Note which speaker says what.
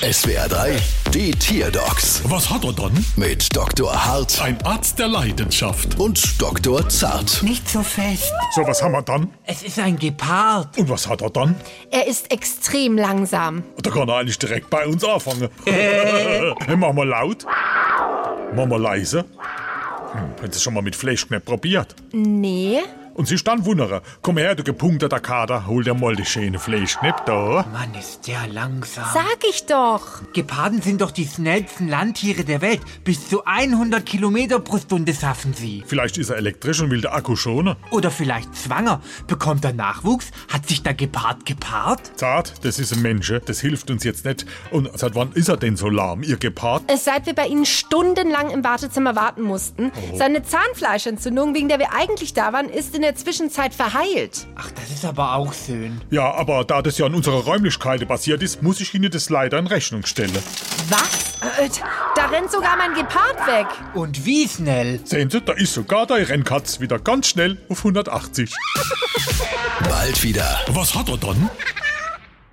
Speaker 1: SWR 3, die Tierdocs
Speaker 2: Was hat er dann?
Speaker 1: mit Dr. Hart
Speaker 2: Ein Arzt der Leidenschaft.
Speaker 1: und Dr. Zart.
Speaker 3: Nicht so fest.
Speaker 2: So, was haben wir dann?
Speaker 3: Es ist ein Gepard.
Speaker 2: Und was hat er dann?
Speaker 4: Er ist extrem langsam.
Speaker 2: Da kann er eigentlich direkt bei uns anfangen. Machen wir laut. Machen wir leise. Hm, hat es schon mal mit Fleischknepp probiert.
Speaker 4: Nee,
Speaker 2: Und sie stand wundern. Komm her, du gepunkteter Kader, hol dir mal die schöne Fleischknepp da.
Speaker 3: Mann, ist der langsam.
Speaker 4: sag ich doch.
Speaker 3: Geparden sind doch die schnellsten Landtiere der Welt. Bis zu 100 Kilometer pro Stunde schaffen sie.
Speaker 2: Vielleicht ist er elektrisch und will den Akku schonen.
Speaker 3: Oder vielleicht zwanger. Bekommt er Nachwuchs? Hat sich der Gepard gepaart?
Speaker 2: Zart, das ist ein Mensch, das hilft uns jetzt nicht. Und seit wann ist er denn so lahm, ihr Gepaart?
Speaker 4: Es Seit wir bei Ihnen stundenlang im Wartezimmer warten mussten. Seine Zahnfleischentzündung, wegen der wir eigentlich da waren, ist in der Zwischenzeit verheilt.
Speaker 3: Ach, das ist aber auch schön.
Speaker 2: Ja, aber da das ja in unserer Räumlichkeit passiert ist, muss ich Ihnen das leider in Rechnung stellen.
Speaker 4: Was? Äh, Da rennt sogar mein Gepard weg.
Speaker 3: Und wie schnell?
Speaker 2: Sehen Sie, da ist sogar der Rennkatz wieder ganz schnell auf 180.
Speaker 1: Bald wieder.
Speaker 2: Was hat er dann?